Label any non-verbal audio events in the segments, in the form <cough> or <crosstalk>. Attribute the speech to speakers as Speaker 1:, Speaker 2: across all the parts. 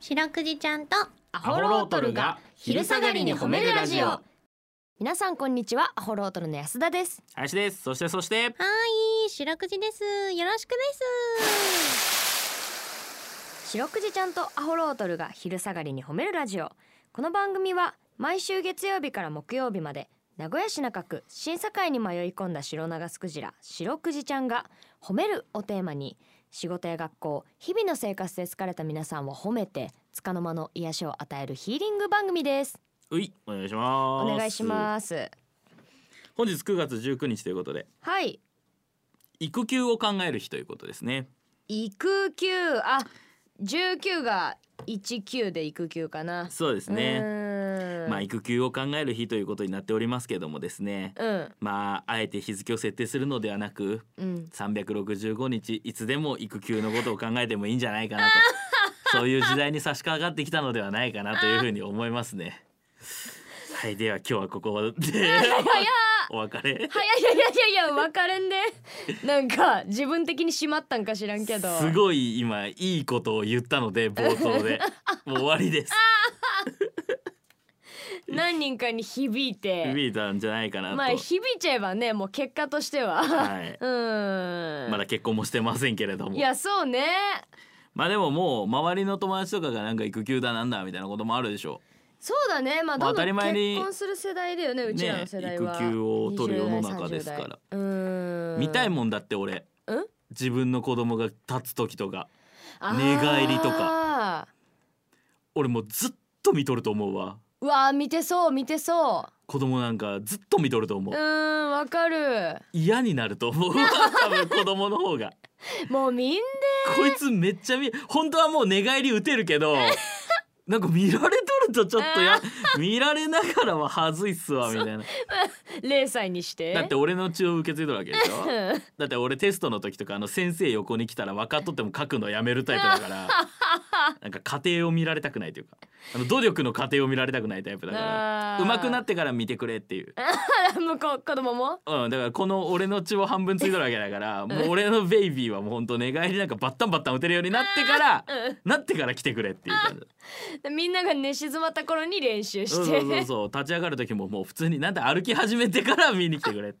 Speaker 1: 白くじちゃんとア
Speaker 2: ホロートルが昼下がりに褒めるラジオ
Speaker 3: 皆さんこんにちはアホロートルの安田です
Speaker 2: 林ですそしてそして
Speaker 1: はい白くじですよろしくです
Speaker 3: 白くじちゃんとアホロートルが昼下がりに褒めるラジオこの番組は毎週月曜日から木曜日まで名古屋市中区審査会に迷い込んだ白長スクジラ白くじちゃんが褒めるをテーマに仕事や学校日々の生活で疲れた皆さんを褒めて束の間の癒しを与えるヒーリング番組です
Speaker 2: ういお願いしま
Speaker 3: お
Speaker 2: す
Speaker 3: 願いします
Speaker 2: す本日9月19日ということで
Speaker 3: はい
Speaker 2: 育休を考える日ということですね
Speaker 3: 育休あ19が19で育休かな
Speaker 2: そうですね
Speaker 3: ね
Speaker 2: まあ育休を考える日ということになっておりますけれどもですね
Speaker 3: うん
Speaker 2: まああえて日付を設定するのではなく
Speaker 3: うん
Speaker 2: 365日いつでも育休のことを考えてもいいんじゃないかな
Speaker 3: <laughs>
Speaker 2: とそういう時代に差し掛かってきたのではないかなというふうに思いますねはいでは今日はここで
Speaker 3: <laughs>
Speaker 2: お別れ
Speaker 3: 早いいやいやいやいや別れ
Speaker 2: <laughs>
Speaker 3: んでなんか自分的にしまったんか知らんけど
Speaker 2: すごい今いいことを言ったので冒頭
Speaker 3: <laughs>
Speaker 2: でもう終わりです
Speaker 3: 何人かに響いて
Speaker 2: 響いたんじゃないかなと、
Speaker 3: まあ響いちゃえばねもう結果としては、
Speaker 2: <laughs> はい、
Speaker 3: うーん
Speaker 2: まだ結婚もしてませんけれども
Speaker 3: いやそうね
Speaker 2: まあでももう周りの友達とかがなんか育休だなんだみたいなこともあるでしょ
Speaker 3: そうだねまあ
Speaker 2: まあ
Speaker 3: どんどん
Speaker 2: 当たり前に
Speaker 3: 結婚する世代だよねうちらの世代は、
Speaker 2: ね育休を取る世の中
Speaker 3: 20代
Speaker 2: ですから
Speaker 3: 30代うーん
Speaker 2: 見たいもんだって俺
Speaker 3: うん
Speaker 2: 自分の子供が立つ時とか
Speaker 3: あー
Speaker 2: 寝返りとか俺もうずっと見とると思うわ
Speaker 3: うわー見てそう見てそう
Speaker 2: 子供なんかずっと見とると思
Speaker 3: う
Speaker 2: う、
Speaker 3: ーんわかる
Speaker 2: 嫌になると
Speaker 3: <laughs>
Speaker 2: 思う多分子供の方が
Speaker 3: もうみんな
Speaker 2: こいつめっちゃ見本当はもう寝返り打てる
Speaker 3: <laughs>
Speaker 2: けどなんか見られとるとちょっとや見られながらははずいっすわみたいな
Speaker 3: 0歳にして
Speaker 2: だって俺の血を受け継いとるわけでしょ
Speaker 3: <laughs> うん
Speaker 2: だって俺テストの時とかあの先生横に来たら分かっとっても書くのやめるタイプだから
Speaker 3: <laughs>
Speaker 2: なんか過程を見られたくないというかあの努力の過程を見られたくないタイプだから
Speaker 3: あー
Speaker 2: 上手くなってから見てくれっていう、
Speaker 3: <laughs> 向こう子供も
Speaker 2: うん、だからこの俺の血を半分ついとるわけだからもう俺のベイビーはもうほんと寝返りなんかバッタンバッタン打てるようになってからなってから来てくれっていう感じ
Speaker 3: うんみんなが寝静まった頃に練習
Speaker 2: そう
Speaker 3: し
Speaker 2: そう
Speaker 3: <laughs>
Speaker 2: そう
Speaker 3: て
Speaker 2: そう立ち上がる時ももう普通になんだ歩き始めてから見に来てくれ、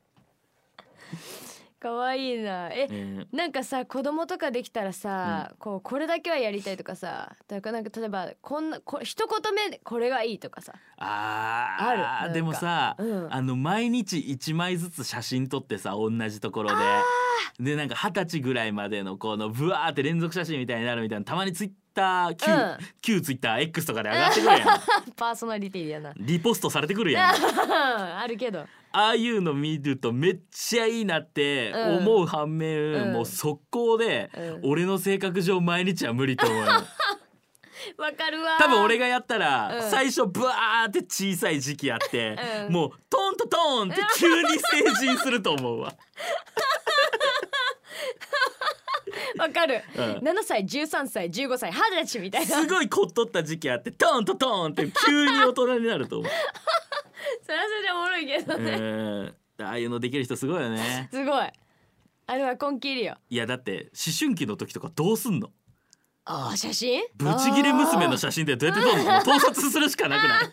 Speaker 3: 可愛いなえ、
Speaker 2: え
Speaker 3: なんかさ子供とかできたらさ、こうこれだけはやりたいとかさだからなんか例えばこんなこ一言目でこれがいいとかさ
Speaker 2: あ
Speaker 3: ある
Speaker 2: あ
Speaker 3: なんか
Speaker 2: でもさ、
Speaker 3: うん
Speaker 2: あの毎日1枚ずつ写真撮ってさ同じところででなんか二十歳ぐらいまでのこのブワーって連続写真みたいになるみたいなたまにツイッター旧,、
Speaker 3: うん
Speaker 2: 旧ツイッター X とかで上がってくるやん
Speaker 3: パーソナリティやな
Speaker 2: リポストされてくるやん
Speaker 3: <laughs>
Speaker 2: あ
Speaker 3: あるけど
Speaker 2: あいうの見るとめっちゃいいなって
Speaker 3: うん
Speaker 2: 思う反面、
Speaker 3: うん
Speaker 2: もう速攻で、
Speaker 3: うん
Speaker 2: 俺の性格上毎日は無理と思
Speaker 3: <laughs>
Speaker 2: うよ
Speaker 3: わかるわ
Speaker 2: 多分俺がやったら、
Speaker 3: うん
Speaker 2: 最初ブワーって小さい時期あって、
Speaker 3: うん
Speaker 2: もうトントトンって急に成人すると思う
Speaker 3: <laughs>
Speaker 2: わ。
Speaker 3: わかる、
Speaker 2: うん
Speaker 3: 7歳13歳15歳二十歳みたいな
Speaker 2: すごいこっとった時期あってトントトンって急に大人になると思う。
Speaker 3: <laughs> <laughs> それはそれでおもろいけど
Speaker 2: う
Speaker 3: ね、
Speaker 2: んああいうのできる人すごい
Speaker 3: <laughs>
Speaker 2: よね。
Speaker 3: すごいあれは根気いるよ
Speaker 2: いやだって思春期の時とかどうすんの
Speaker 3: ああ写真
Speaker 2: ブチギレ娘の写真ってどうやって撮るのもう盗撮するしかな
Speaker 3: <laughs>
Speaker 2: くない
Speaker 3: あー本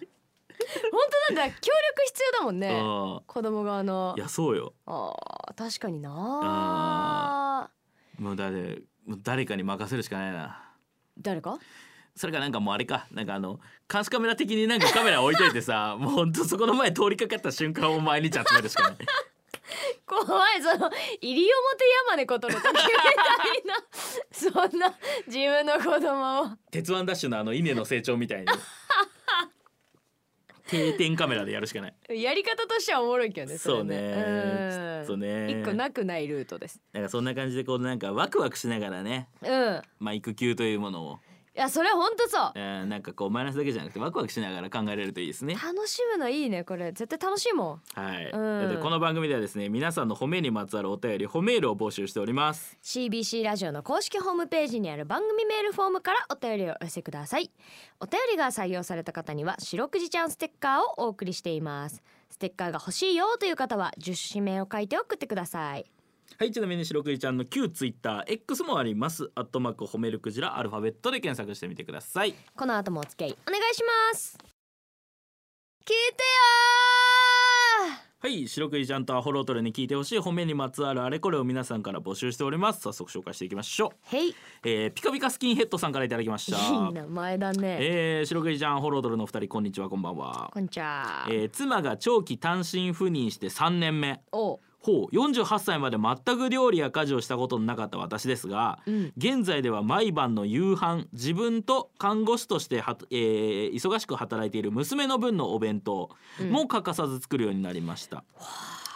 Speaker 3: 当なんだ協力必要だもんね
Speaker 2: うん
Speaker 3: 子供側の
Speaker 2: いやそうよ。
Speaker 3: あー確かにな
Speaker 2: もうだってもう誰かに任せるしかないな。
Speaker 3: 誰か
Speaker 2: それかなんかもうあれかなんかあの監視カメラ的になんかカメラ置いといてさ <laughs> もうほんとそこの前通りかかった瞬間を毎日集めるしかない <laughs>
Speaker 3: 怖いその西表山猫との時みたい
Speaker 2: <laughs>
Speaker 3: なそんな自分の子供を
Speaker 2: 鉄腕ダッシュのあの稲の成長
Speaker 3: <laughs>
Speaker 2: みたいに定点カメラでやるしかない
Speaker 3: やり方としてはおもろいけどねれ
Speaker 2: そうね
Speaker 3: うん
Speaker 2: ちょっとね
Speaker 3: 一個なくないルートです
Speaker 2: なんかそんな感じでこうなんかワクワクしながらね
Speaker 3: うん
Speaker 2: まあ育休というものを、
Speaker 3: いやそれ本当そう
Speaker 2: えーなんかこうマイナスだけじゃなくてワクワクしながら考えれるといいですね
Speaker 3: 楽しむのいいねこれ絶対楽しいもん
Speaker 2: はい、
Speaker 3: うん
Speaker 2: でこの番組ではですね皆さんの褒めにまつわるお便り褒めールを募集しております
Speaker 3: CBC ラジオの公式ホームページにある番組メールフォームからお便りをお寄せくださいお便りが採用された方には白くじちゃんステッカーをお送りしていますステッカーが欲しいよという方は10指名を書いて送ってください
Speaker 2: はい、ちなみに白くじちゃんの旧ツイッター X もあります。アットマーク褒めるクジラアルファベットで検索してみてください。
Speaker 3: この後もお付き合いお願いします聞いてよー
Speaker 2: はい、白くじちゃんとアホロートルに聞いてほしい褒めにまつわるあれこれを皆さんから募集しております。早速紹介していきましょ。
Speaker 3: へいう
Speaker 2: えー、ピカピカスキンヘッドさんからいただきまし
Speaker 3: い
Speaker 2: た。
Speaker 3: い名前だね
Speaker 2: えー、白くじちゃん、アホロートルのお二人こんにちはこんばんは。
Speaker 3: こんにちは、
Speaker 2: えー、妻が長期単身赴任して3年目。
Speaker 3: おう
Speaker 2: ほう48歳まで全く料理や家事をしたことのなかった私ですが、
Speaker 3: うん
Speaker 2: 現在では毎晩の夕飯自分と看護師としては、えー忙しく働いている娘の分のお弁当
Speaker 3: うん
Speaker 2: も欠かさず作るようになりました、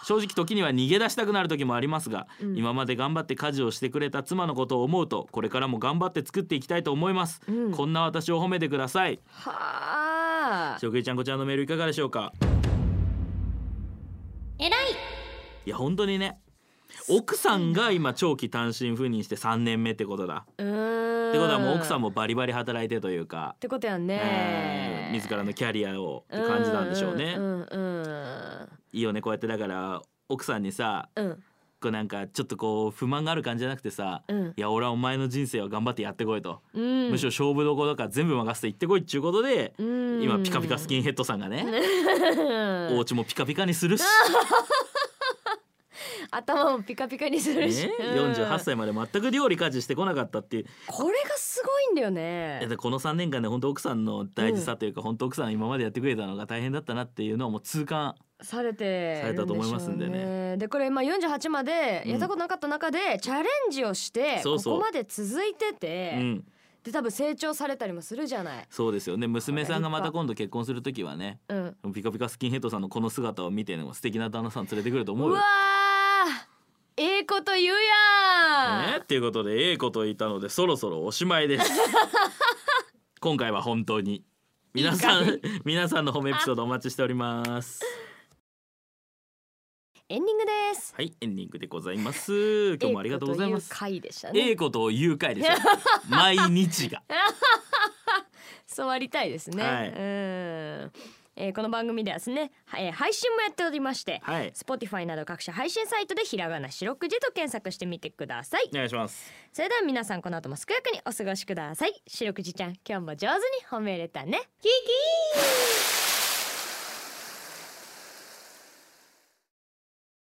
Speaker 2: 正直時には逃げ出したくなる時もありますが、
Speaker 3: うん
Speaker 2: 今まで頑張って家事をしてくれた妻のことを思うとこれからも頑張って作っていきたいと思います、
Speaker 3: うん
Speaker 2: こんな私を褒めてください
Speaker 3: はあ
Speaker 2: 職員ちゃんこちらのメールいかがでしょうか
Speaker 1: えらい
Speaker 2: いや本当にね奥さんが今長期単身赴任して3年目ってことだ。
Speaker 3: うーん
Speaker 2: ってことはもう奥さん
Speaker 3: もっ
Speaker 2: もバリバリ働いてというか、
Speaker 3: てことやんね
Speaker 2: うん自らのキャリアをって感じなんでしょうね。
Speaker 3: うんうん
Speaker 2: いいよねこうやってだから奥さんにさ
Speaker 3: うん
Speaker 2: こうなんかちょっとこう不満がある感じじゃなくてさ「
Speaker 3: うん
Speaker 2: いや俺はお前の人生を頑張ってやってこいと」
Speaker 3: うん
Speaker 2: むしろ勝負どころとか全部任せて行ってこいっちゅうことで、
Speaker 3: うん
Speaker 2: 今ピカピカスキンヘッドさんがね、お家もピカピカにするし、
Speaker 3: 頭もピカピカにす
Speaker 2: ね、
Speaker 3: るし、うん
Speaker 2: 48歳まで全く料理家事してこなかったっていう
Speaker 3: これがすごいんだよ
Speaker 2: いや
Speaker 3: ね
Speaker 2: でこの3年間で本当奥さんの大事さというか、本当奥さんが今までやってくれたのが大変だったなっていうのはもう痛感
Speaker 3: されて
Speaker 2: されたと思いますんでね
Speaker 3: るしょうでこれまあ48までやったことなかった中で、チャレンジをして
Speaker 2: そうそう
Speaker 3: ここまで続いてて、
Speaker 2: うん
Speaker 3: で多分成長されたりもするじゃない、
Speaker 2: そうですよね娘さんがまた今度結婚する時はね
Speaker 3: うん、
Speaker 2: ピカピカスキンヘッドさんのこの姿を見てねもう素敵な旦那さん連れてくると思
Speaker 3: う
Speaker 2: うよ
Speaker 3: わ。ーええこと言うやん、
Speaker 2: ね、っていうことでええこと言ったのでそろそろおしまいです <laughs> 今回は本当に皆さん皆さんの褒めエピソードお待ちしております
Speaker 3: エンディングです
Speaker 2: はいエンディングでござい <laughs> ます今日もありがとうございます
Speaker 3: ええこと言う回でした
Speaker 2: え
Speaker 3: ね
Speaker 2: えことを言う回 <laughs> ですよ毎日が
Speaker 3: そうありたいですね、
Speaker 2: はい
Speaker 3: うんえーこの番組ではですね、はえー配信もやっておりまして、
Speaker 2: はい <laughs>
Speaker 3: Spotify など各種配信サイトでひらがな白くじと検索してみてください
Speaker 2: お願いします
Speaker 3: それでは皆さんこの後も健やかにお過ごしください白くじちゃん今日も上手に褒めれたねキキー